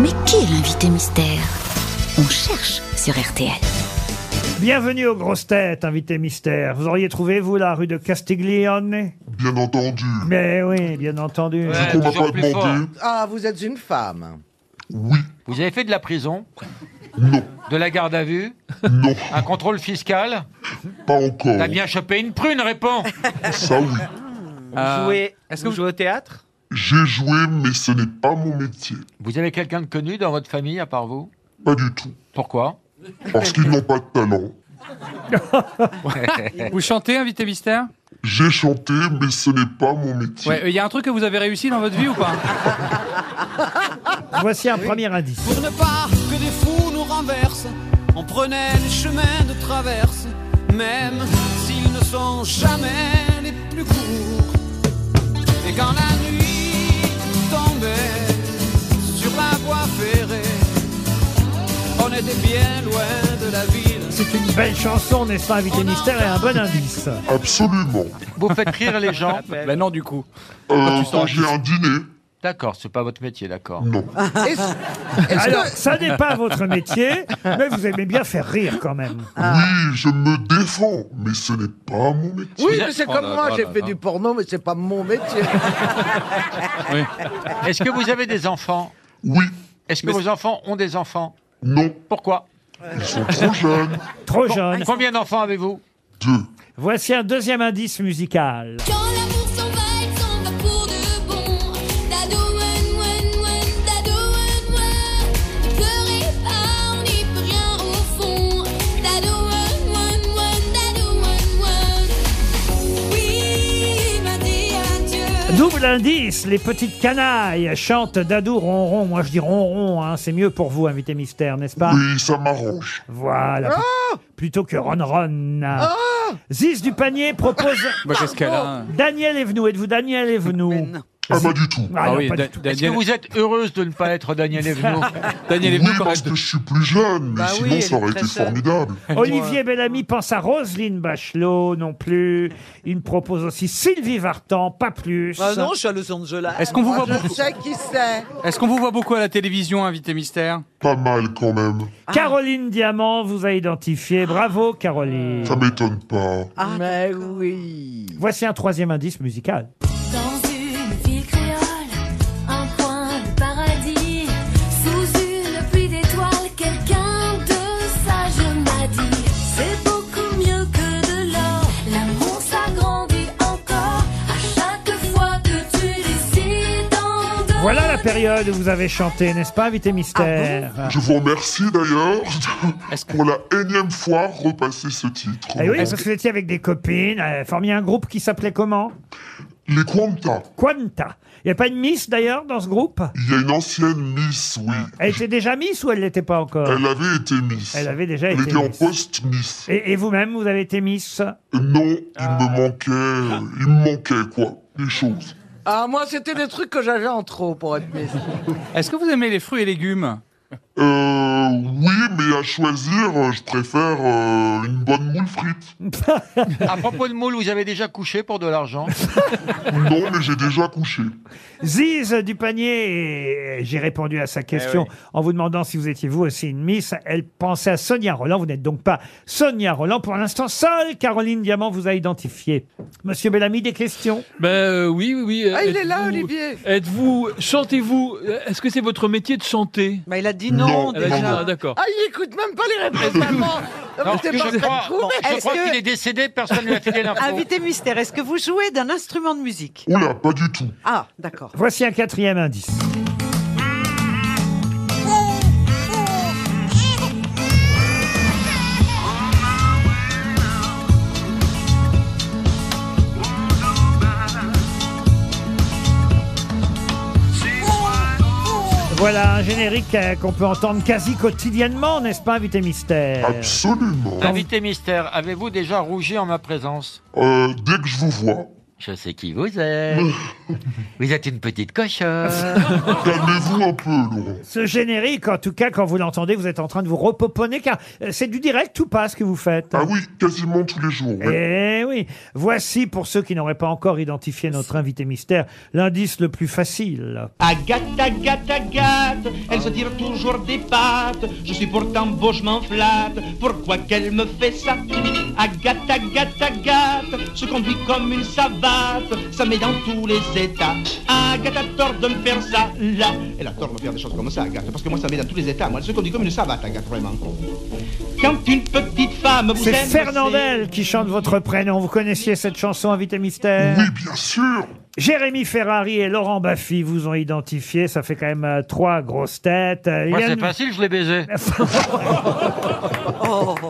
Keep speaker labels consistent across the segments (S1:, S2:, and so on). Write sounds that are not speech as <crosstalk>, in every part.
S1: Mais qui est l'invité mystère On cherche sur RTL.
S2: Bienvenue aux grosses têtes, invité mystère. Vous auriez trouvé, vous, la rue de Castiglione
S3: Bien entendu.
S2: Mais oui, bien entendu.
S3: Qu'on m'a pas demandé.
S4: Ah, vous êtes une femme.
S3: Oui,
S5: Vous avez fait de la prison,
S3: non,
S5: de la garde à vue,
S3: non,
S5: un contrôle fiscal
S3: pas encore.
S5: T'as bien chopé une prune, réponds
S3: Ça oui.
S5: Euh,
S6: Est-ce que vous jouez au théâtre
S3: J'ai joué, mais ce n'est pas mon métier.
S5: Vous avez quelqu'un de connu dans votre famille à part vous
S3: Pas du tout.
S5: Pourquoi
S3: Parce qu'ils n'ont pas de talent.
S6: Vous chantez, invité mystère
S3: J'ai chanté, mais ce n'est pas mon métier.
S6: Ouais, il y a un truc que vous avez réussi dans votre vie ou pas
S2: Voici un premier indice.
S7: Pour ne pas que des fous nous renversent, on prenait les chemins de traverse, même s'ils ne sont jamais les plus courts. Et quand la nuit tombait sur la voie ferrée, on était bien loin de la ville.
S2: C'est une belle chanson, n'est-ce pas, invité mystère, et un bon indice.
S3: Absolument.
S5: Vous faites rire les gens
S6: Ben non, du coup.
S3: Euh, quand j'ai un dîner,
S5: D'accord, c'est pas votre métier, d'accord.
S3: non.
S6: Ah,
S4: Est-ce-
S7: Ah,
S2: Alors, ça n'est pas votre métier, mais vous aimez bien faire rire quand même.
S6: ah.
S3: Oui, je me défends, mais ce n'est pas mon métier.
S4: Oui, mais c'est
S7: Oh
S4: comme moi, j'ai fait du porno, mais c'est pas mon métier.
S5: Est-ce que vous avez des enfants
S3: Oui,
S5: Est-ce que vos enfants ont des enfants
S3: non,
S5: Pourquoi
S3: ils sont
S6: <laughs>
S3: trop jeunes.
S2: Trop
S5: Bon,
S2: jeune.
S5: Combien d'enfants avez-vous
S3: Deux.
S2: Voici un deuxième indice musical.
S8: Quand l'amour s'en va, il s'en va pour de bon. Dado, wen, wen, wen, dado, wen, wen. Ne pleurez pas, on n'y peut rien au fond. Dado, wen, wen, wen, dado, wen, wen. Oui, il m'a dit adieu.
S2: Double indice, les petites canailles chantent Dadou Ronron. Moi, je dis Ronron, hein, c'est mieux pour vous, invité mystère, n'est-ce pas
S3: Oui, ça m'arrange.
S2: Voilà. Plutôt que Ron Ron. Ziz du panier propose
S6: Bah, qu'est-ce qu'elle a
S2: Daniel Evenou. Êtes-vous Daniel Evenou
S7: Ben
S3: Ah bah du tout.
S2: Ah non, pas
S6: Da-
S2: du tout.
S5: Est-ce que
S6: Daniel,
S5: vous êtes heureuse de ne pas être Daniel Evenot
S6: <laughs> Daniel est
S3: Oui,
S6: venu quand
S3: parce que je suis plus jeune, mais
S6: Bah oui,
S3: sinon
S6: elle
S3: ça aurait
S6: est
S3: été
S6: très jeune.
S3: formidable.
S2: Olivier Bellamy pense à Roselyne Bachelot, non plus. Il me propose aussi Sylvie Vartan, pas plus.
S7: Ah non, je suis à Los Angeles.
S6: Est-ce qu'on vous,
S4: Moi,
S6: voit
S4: Ah, je
S6: beaucoup...
S4: sais qui c'est.
S6: Est-ce qu'on vous voit beaucoup à la télévision, invité mystère
S3: Pas mal quand même.
S7: ah.
S2: Caroline Diamant vous a identifié. Bravo, Caroline.
S3: Ça m'étonne pas.
S4: mais oui.
S2: Voici un troisième indice musical.
S8: Dans une ville créole, un point de paradis, sous une pluie d'étoiles, quelqu'un de sage m'a dit C'est beaucoup mieux que de l'or, l'amour s'agrandit encore à chaque fois que tu décides d'en donner.
S2: Voilà la période où vous avez chanté, n'est-ce pas, invité mystère
S7: Ah
S3: Je vous remercie d'ailleurs pour la énième fois repasser ce titre.
S2: Eh oui, parce que vous étiez avec des copines, euh, formiez un groupe qui s'appelait comment
S3: Les Quanta,
S2: Quanta. Il n'y a pas une Miss d'ailleurs dans ce groupe
S3: il y a une ancienne Miss, oui.
S2: Elle était déjà Miss ou elle l'était pas encore
S3: Elle avait été Miss.
S2: Ah. Elle avait déjà
S3: Elle
S2: été
S3: était en
S2: Miss.
S3: poste Miss.
S2: Et, et vous-même, vous avez été Miss
S3: Non, il
S2: Ah.
S3: me manquait, euh, il me manquait quoi, des choses.
S4: Ah, moi, c'était des trucs que j'avais en trop pour être miss.
S6: Est-ce que vous aimez les fruits et légumes
S3: Euh, oui, mais à choisir, euh, je préfère euh, une bonne moule frite.
S5: À propos de moules, vous avez déjà couché pour
S6: <laughs>
S5: de l'argent
S3: Non, mais j'ai déjà couché.
S2: Ziz du panier, et j'ai répondu à sa question en vous demandant si vous étiez vous aussi une Miss. Elle pensait à Sonia Roland, vous n'êtes donc pas Sonia Roland. Pour l'instant, seule Caroline Diamant vous a identifié. Monsieur Bellamy, des questions
S9: Ben euh, oui, oui, oui. euh,
S4: Ah, il est
S9: êtes-vous-
S4: là, Olivier.
S9: Êtes-vous, chantez-vous, euh, est-ce que c'est votre métier de chanter
S7: Bah, il a dit
S3: Non,
S7: non,
S9: Elle a dit,
S7: déjà.
S9: ah, D'accord.
S4: Ah, il écoute même pas les réponses maman.
S5: Non,
S4: Mais
S5: je
S4: t'es pas en train de
S5: crois,
S4: trouver.
S5: je
S7: Est-ce
S5: crois
S7: que-
S5: qu'il est décédé, personne ne lui a filé l'info.
S7: Invité mystère, est-ce que vous jouez d'un instrument de musique
S3: Oh là, pas du tout.
S7: Ah, d'accord.
S2: Voici un quatrième indice. Voilà un générique euh, qu'on peut entendre quasi quotidiennement, n'est-ce pas, invité mystère
S3: Ah, Absolument.
S5: Invité mystère, avez-vous déjà rougi en ma présence
S3: Euh, dès que je vous vois,
S5: Je sais qui vous êtes. vous êtes une petite cochonne.
S3: Calmez-vous un peu, Laurent.
S2: Ce générique, en tout cas, quand vous l'entendez, vous êtes en train de vous repoponner, car euh, c'est du direct ou pas ce que vous faites
S3: Ah oui, quasiment tous les jours. ouais.
S2: Eh oui, voici pour ceux qui n'auraient pas encore identifié notre invité mystère, l'indice le plus facile.
S5: Ah,
S10: Agathe, Agathe, Agathe, elle se tire toujours des pattes. Je suis pourtant beau, je m'en flatte. Pourquoi qu'elle me fait ça Ah, Agathe, Agathe, Agathe, se conduit comme une savate. Ça met dans tous les états. Agathe a tort de me faire ça, là. Elle a tort de me faire des choses comme ça, Agathe, parce que moi, ça met dans tous les états. Moi, elle se conduit comme une savate, Agathe, vraiment. Quand une petite femme vous
S2: C'est
S10: aime...
S2: Fernandel qui chante votre prénom. Vous connaissiez cette chanson, invité mystère
S3: Oui, bien sûr.
S2: Jérémy Ferrari et Laurent Baffy vous ont identifié. Ça fait quand même euh, trois grosses têtes. Euh,
S5: Moi,
S2: Yann-
S5: Bah, c'est facile, je l'ai baisé.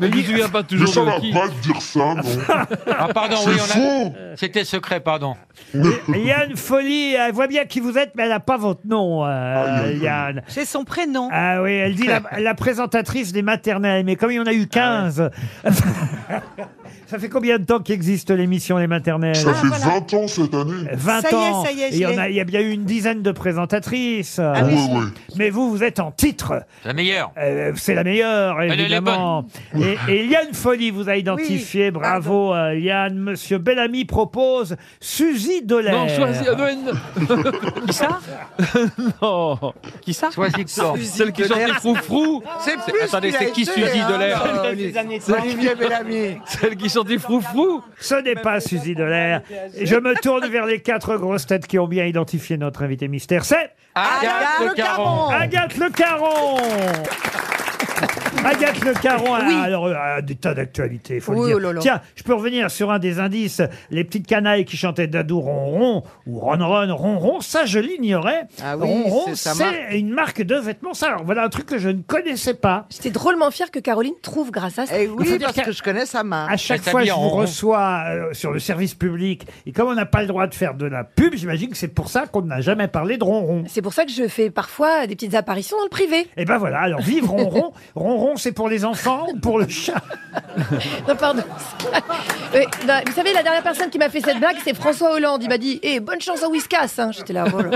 S9: Mais tu te souviens pas
S3: Mais
S9: toujours
S3: ça va
S9: de qui
S3: pas de dire ça, non.
S5: Ah, pardon,
S3: C'est
S5: oui, on
S3: faux. euh,
S5: a... C'était secret, pardon.
S2: Yann Folie, elle voit bien qui vous êtes, mais elle n'a pas votre nom, euh, Yann.
S11: C'est son prénom.
S2: Ah oui, elle dit la, la présentatrice des maternelles, mais comme il y en a
S5: Ah
S2: eu 15, <laughs> ça fait combien de temps qu'existe l'émission Les Maternelles
S3: Ça fait 20 ans cette année.
S2: 20
S11: Ça y est,
S2: ans.
S11: ça y est, je
S2: il, y en
S11: l'ai.
S2: a, il y a bien eu une dizaine de présentatrices.
S11: Ah oui.
S3: Ouais, ouais.
S2: Mais vous, vous êtes en titre.
S5: C'est La meilleure.
S2: Euh, c'est la meilleure,
S5: est
S2: évidemment. Et, et Yann Folly vous a identifié. Bravo, euh, Yann. Monsieur Bellamy propose Suzy Dolaire.
S9: Non, choisis. euh, non,
S6: Qui ça
S9: <laughs> non.
S6: Qui ça
S5: Choisis Victor.
S6: Celle qui chante les froufrous
S4: C'est plus
S6: attendez,
S4: qu'il a
S6: c'est qui
S4: été,
S6: Suzy
S4: hein,
S6: Dolaire
S4: euh, Olivier Bellamy.
S9: Celle qui chantait froufrou.
S2: Ce n'est pas Suzy Dolaire. Je me tourne vers les quatre grosses têtes qui ont bien identifié notre invité mystère. C'est
S5: Ah, Agathe
S4: Agathe
S5: Le
S4: Le
S8: Oh.
S5: Caron.
S4: Caron.
S2: Agathe Le Caron Agathe Le Caron a- alors, a des tas d'actualités, faut
S11: Oui,
S2: le
S11: oh là
S2: dire.
S11: là.
S2: Tiens, je peux revenir sur un des indices. Les petites canailles qui chantaient Dadou Ronron ou Ron Ron Ronron, ça je l'ignorais.
S4: Ah oui,
S2: Ronron,
S4: c'est sa
S2: c'est une marque de vêtements. Ça, alors voilà un truc que je ne connaissais pas.
S11: J'étais drôlement fière que Caroline trouve grâce à ça.
S4: Eh
S2: faut
S4: oui,
S2: dire
S4: parce
S2: qu'à-
S4: que je connais sa main.
S2: À chaque
S5: Elle
S2: fois, je
S5: s'habille
S2: vous
S5: en rond.
S2: reçois euh, sur le service public. Et comme on n'a pas le droit de faire de la pub, j'imagine que c'est pour ça qu'on n'a jamais parlé de Ronron.
S11: C'est pour ça que je fais parfois des petites apparitions dans le privé.
S2: Et ben voilà, alors vive Ronron. Ronron, c'est pour les enfants ou pour le chat
S11: <laughs> Non, pardon. Oui, non, vous savez, la dernière personne qui m'a fait cette blague, c'est François Hollande. Il m'a dit Eh, bonne chance en Whiskas hein. J'étais là, voilà.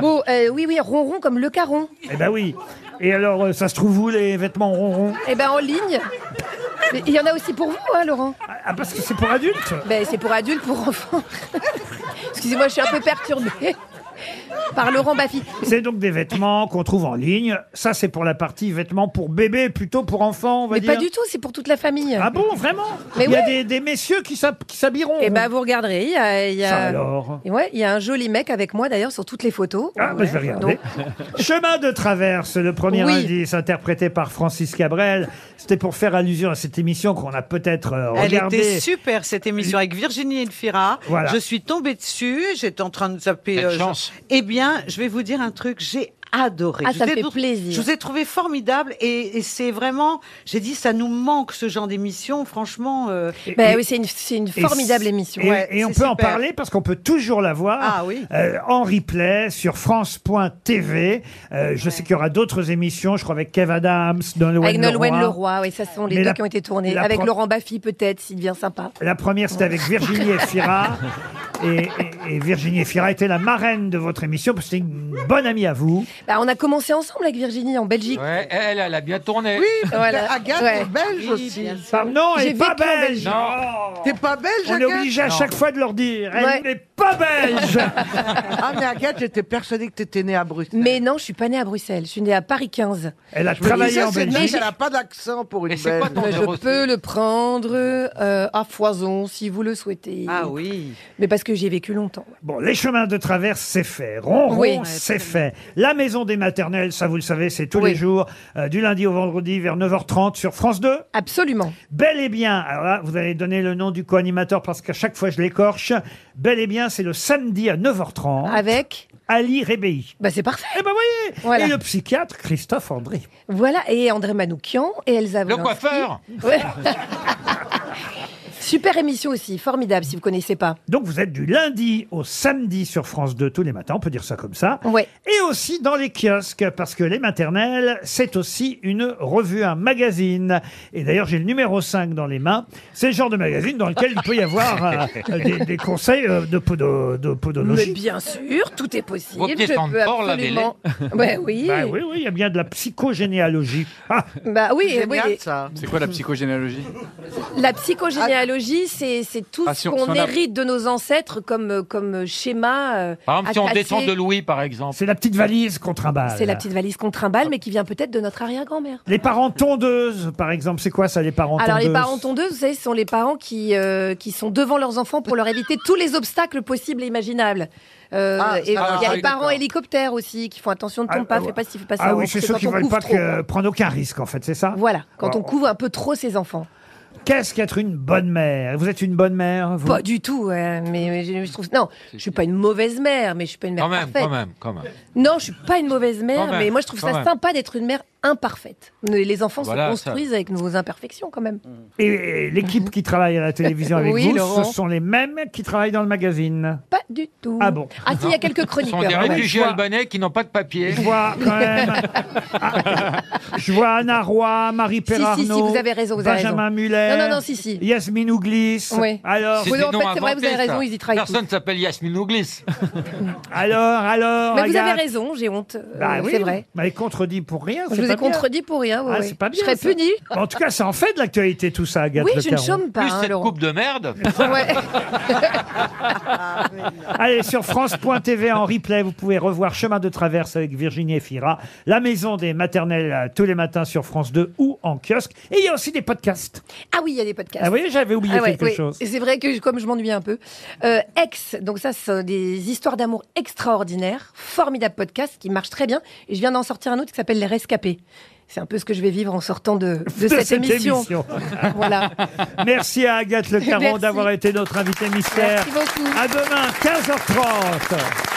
S11: Bon, euh, oui, oui, ronron comme le caron.
S2: Eh ben oui. Et alors, euh, ça se trouve où les vêtements ronron
S11: Eh ben, en ligne. Mais Il y en a aussi pour vous, hein, Laurent
S2: Ah, parce que c'est pour adultes
S11: Ben, c'est pour adultes,
S2: <laughs>
S11: pour enfants. Excusez-moi, je suis un peu perturbée par Laurent Baffy.
S2: C'est donc des vêtements qu'on trouve en ligne. Ça, c'est pour la partie vêtements pour bébé, plutôt pour enfants, on va
S11: Mais
S2: dire.
S11: pas du tout, c'est pour toute la famille.
S2: Ah bon, vraiment
S11: Mais
S2: Il y a
S11: oui.
S2: des, des messieurs qui s'hab- qui s'habilleront.
S11: Eh ben, vous regarderez. Il y a, il y a-
S2: Ça alors
S11: Et ouais, il y a un joli mec avec moi d'ailleurs sur toutes les photos.
S2: Ah, bah, je vais
S11: Ouais,
S2: regarder.
S11: donc-
S2: Chemin de traverse, le premier
S11: Oui.
S2: indice interprété par Francis Cabrel. C'était pour faire allusion à cette émission qu'on a peut-être euh,
S10: Elle
S2: regardée.
S10: était super cette émission avec Virginie Elfira.
S2: Voilà.
S10: Je suis tombée dessus, j'étais en train de zapper.
S5: Quelle
S10: je-
S5: chance.
S10: Eh bien, je vais vous dire un truc, j'ai adoré.
S11: Ah,
S10: Je
S11: ça
S10: vous ai
S11: fait
S10: trou-
S11: plaisir.
S10: Je vous ai trouvé formidable et, et c'est vraiment, j'ai dit, ça nous manque ce genre d'émission, franchement. euh,
S11: Ben oui, c'est une, c'est une
S2: Et
S11: formidable
S2: c-
S11: émission.
S2: Et,
S10: Ouais,
S2: et on peut
S10: c'est
S2: en
S10: super.
S2: parler parce qu'on peut toujours la voir
S10: Ah oui.
S2: euh, en replay sur France.tv. Euh, Je sais qu'il y aura d'autres émissions, je crois avec Kev Adams, Nolwenn
S11: Avec Nolwenn
S2: Leroy.
S11: Leroy, oui, ça ce sont les
S2: Mais
S11: deux
S2: la-
S11: qui ont été tournés.
S2: la
S11: Avec
S2: pro-
S11: Laurent Baffy peut-être, s'il devient sympa.
S2: La première, c'était avec Virginie Efira. Et, et- et Virginie Efira était la marraine de votre émission parce que c'était une bonne amie à vous.
S11: Bah, on a commencé ensemble avec Virginie en Belgique.
S5: Ouais, elle, elle a bien tourné.
S4: Oui,
S11: Voilà.
S4: Agathe
S11: Ouais.
S4: est belge aussi.
S2: Non, elle
S11: J'ai
S2: n'est pas
S11: vécu en
S2: belge.
S11: Belgique.
S2: Oh.
S4: T'es pas belge,
S2: On est
S4: Agathe
S2: obligé à
S5: Non.
S2: chaque fois de leur dire, elle
S11: Ouais.
S2: n'est pas belge.
S4: Ah, mais Agathe, j'étais persuadée que t'étais née à Bruxelles.
S11: Mais non, je suis pas née à Bruxelles, je suis née à Paris 15.
S2: Elle a
S4: Je me disais,
S2: travaillé en
S4: cette
S2: Belgique.
S4: fille, Elle n'a pas d'accent pour
S5: Et
S4: une
S5: c'est quoi
S4: belge.
S5: ton
S11: Mais
S5: zéro
S11: Euh, je peux le prendre euh, à foison si vous le souhaitez.
S10: Ah oui.
S11: Mais parce que j'y ai vécu longtemps. ouais.
S2: Bon, les chemins de traverse, c'est fait. Ronron,
S11: Oui.
S2: c'est fait. La maison des maternelles, ça vous le savez, c'est tous
S11: Oui.
S2: les jours, euh, du lundi au vendredi vers 9h30 sur France 2.
S11: Absolument.
S2: Bel et bien, alors là, vous allez donner le nom du co-animateur parce qu'à chaque fois je l'écorche. Bel et bien, c'est le samedi à 9h30.
S11: Ah. Avec.
S2: Ali Rébéi.
S11: Bah, c'est parfait.
S2: Eh ben voyez
S11: Voilà.
S2: Et le psychiatre Christophe André.
S11: Voilà. Et André Manoukian et Elsa
S5: Le
S11: Wolinski.
S5: coiffeur
S11: Ouais. <laughs> Super émission aussi, formidable si vous connaissez pas.
S2: Donc vous êtes du lundi au samedi sur France 2 tous les matins, on peut dire ça comme ça. Et aussi dans les kiosques, parce que les maternelles, c'est aussi une revue, un magazine. Et d'ailleurs, j'ai le numéro 5 dans les mains. C'est le genre de magazine dans lequel il peut y avoir euh,
S11: <laughs>
S2: des, des conseils euh, de, podo- de
S11: Mais
S2: podologie.
S11: bien sûr, tout est possible.
S2: Vos pieds
S11: je
S2: sont
S11: peux
S2: forts,
S11: absolument. <laughs>
S2: lavez-les.
S11: Ouais, oui.
S2: Bah oui, oui, il y a bien de la psychogénéalogie. Ah
S11: Bah oui, oui, les-
S6: C'est quoi la psychogénéalogie
S11: La psychogénéalogie, c'est c'est tout
S5: Ah,
S11: ce
S5: si on-
S11: qu'on
S5: si on a-
S11: hérite de nos ancêtres comme, euh, comme euh, schéma. euh,
S5: Par exemple, si on
S11: à casser.
S5: descend de Louis, par exemple.
S2: C'est la petite valise qu'on trimballe.
S11: C'est la petite valise qu'on trimballe, mais qui vient peut-être de notre arrière-grand-mère.
S2: Les parents tondeuses, par exemple, c'est quoi ça, les parents
S11: Alors les
S2: tondeuses
S11: parents tondeuses, vous savez, ce sont les parents qui, euh, qui sont devant leurs enfants pour leur éviter tous les obstacles possibles et imaginables. Euh,
S4: Ah,
S11: et il
S4: ça,
S11: y
S4: ah,
S11: a
S4: oui,
S11: les parents hélicoptères aussi qui font attention, ne tombe pas, fais pas ci, fais pas ça.
S2: Ah oui,
S11: Ou
S2: c'est
S11: c'est
S2: ceux
S11: quand
S2: qui
S11: on
S2: veulent
S11: couvre
S2: pas
S11: trop. hein.
S2: que- prendre aucun risque, en fait, c'est ça
S11: Voilà, quand on
S2: Alors,
S11: couvre un peu trop ses enfants.
S2: Qu'est-ce qu'être une bonne mère Vous êtes une bonne mère vous
S11: Pas du tout, ouais, mais mais je, je trouve. Non, je suis pas une mauvaise mère, mais je suis pas une mère
S5: Quand même,
S11: parfaite.
S5: quand même, quand même.
S11: Non, je suis pas une mauvaise
S5: Quand
S11: mère,
S5: même,
S11: mais moi je trouve
S5: quand
S11: ça
S5: même.
S11: sympa d'être une mère imparfaite. Les les enfants
S2: Voilà,
S11: se construisent avec nos imperfections quand même.
S2: Et, et l'équipe qui travaille à la télévision avec
S11: Oui,
S2: vous,
S11: Laurent.
S2: ce sont les mêmes qui travaillent dans le magazine.
S11: Pas du tout.
S2: Ah bon
S11: Ah si, il y a quelques
S5: Ce sont
S11: chroniqueurs.
S5: des
S11: Ah ouais.
S5: réfugiés albanais qui n'ont pas de papier.
S2: Je vois quand
S11: <laughs>
S2: même. Ah, Je vois Anna Roy, Marie
S11: Si,
S2: Perrarno,
S11: si, si, vous avez raison, vous avez
S2: Benjamin
S11: raison.
S2: Muller,
S11: Non, non, non, si, si.
S2: Yasmine Ouglis.
S11: Oui.
S2: Alors,
S11: C'est Oui, des en fait, noms c'est vrai, vous avez inventés, raison, ça. ils y travaillent
S5: Personne ne s'appelle Yasmine Ouglis.
S2: alors, alors.
S11: Mais vous avez
S2: Agathe
S11: raison, j'ai honte. euh,
S2: Bah oui,
S11: c'est vrai.
S2: Bah, elle contredit pour rien.
S11: Je
S2: c'est
S11: vous
S2: pas bien.
S11: ai contredit pour rien. ouais,
S2: Ah,
S11: ouais.
S2: c'est pas bien.
S11: Je serais
S2: ça.
S11: punie.
S2: En tout cas, ça en fait de l'actualité tout ça, Agathe.
S11: Oui,
S2: Le
S11: je ne
S2: Caron.
S11: chôme pas,
S5: Plus
S11: hein,
S5: cette
S11: Laurent.
S5: coupe de merde.
S11: Ouais.
S2: Allez, sur France.tv en replay, vous pouvez revoir Chemin de traverse avec Virginie Efira, La maison des maternelles euh, tous les matins sur France 2 ou en kiosque. Et il y a aussi des podcasts.
S11: Ah oui, il y a des podcasts.
S2: Ah, vous voyez, j'avais oublié
S11: Ah ouais,
S2: quelque
S11: oui.
S2: chose.
S11: Et c'est vrai que je- comme je m'ennuie un peu. Euh, Ex, donc ça, c'est des histoires d'amour extraordinaires, formidable podcast qui marche très bien. Et je viens d'en sortir un autre qui s'appelle Les Rescapés. C'est un peu ce que je vais vivre en sortant de, de
S2: <laughs> De
S11: cette,
S2: cette
S11: émission.
S2: émission.
S11: voilà.
S2: Merci à Agathe Le Caron
S11: Merci.
S2: d'avoir été notre invité mystère.
S11: Merci beaucoup.
S2: À demain, 15h30.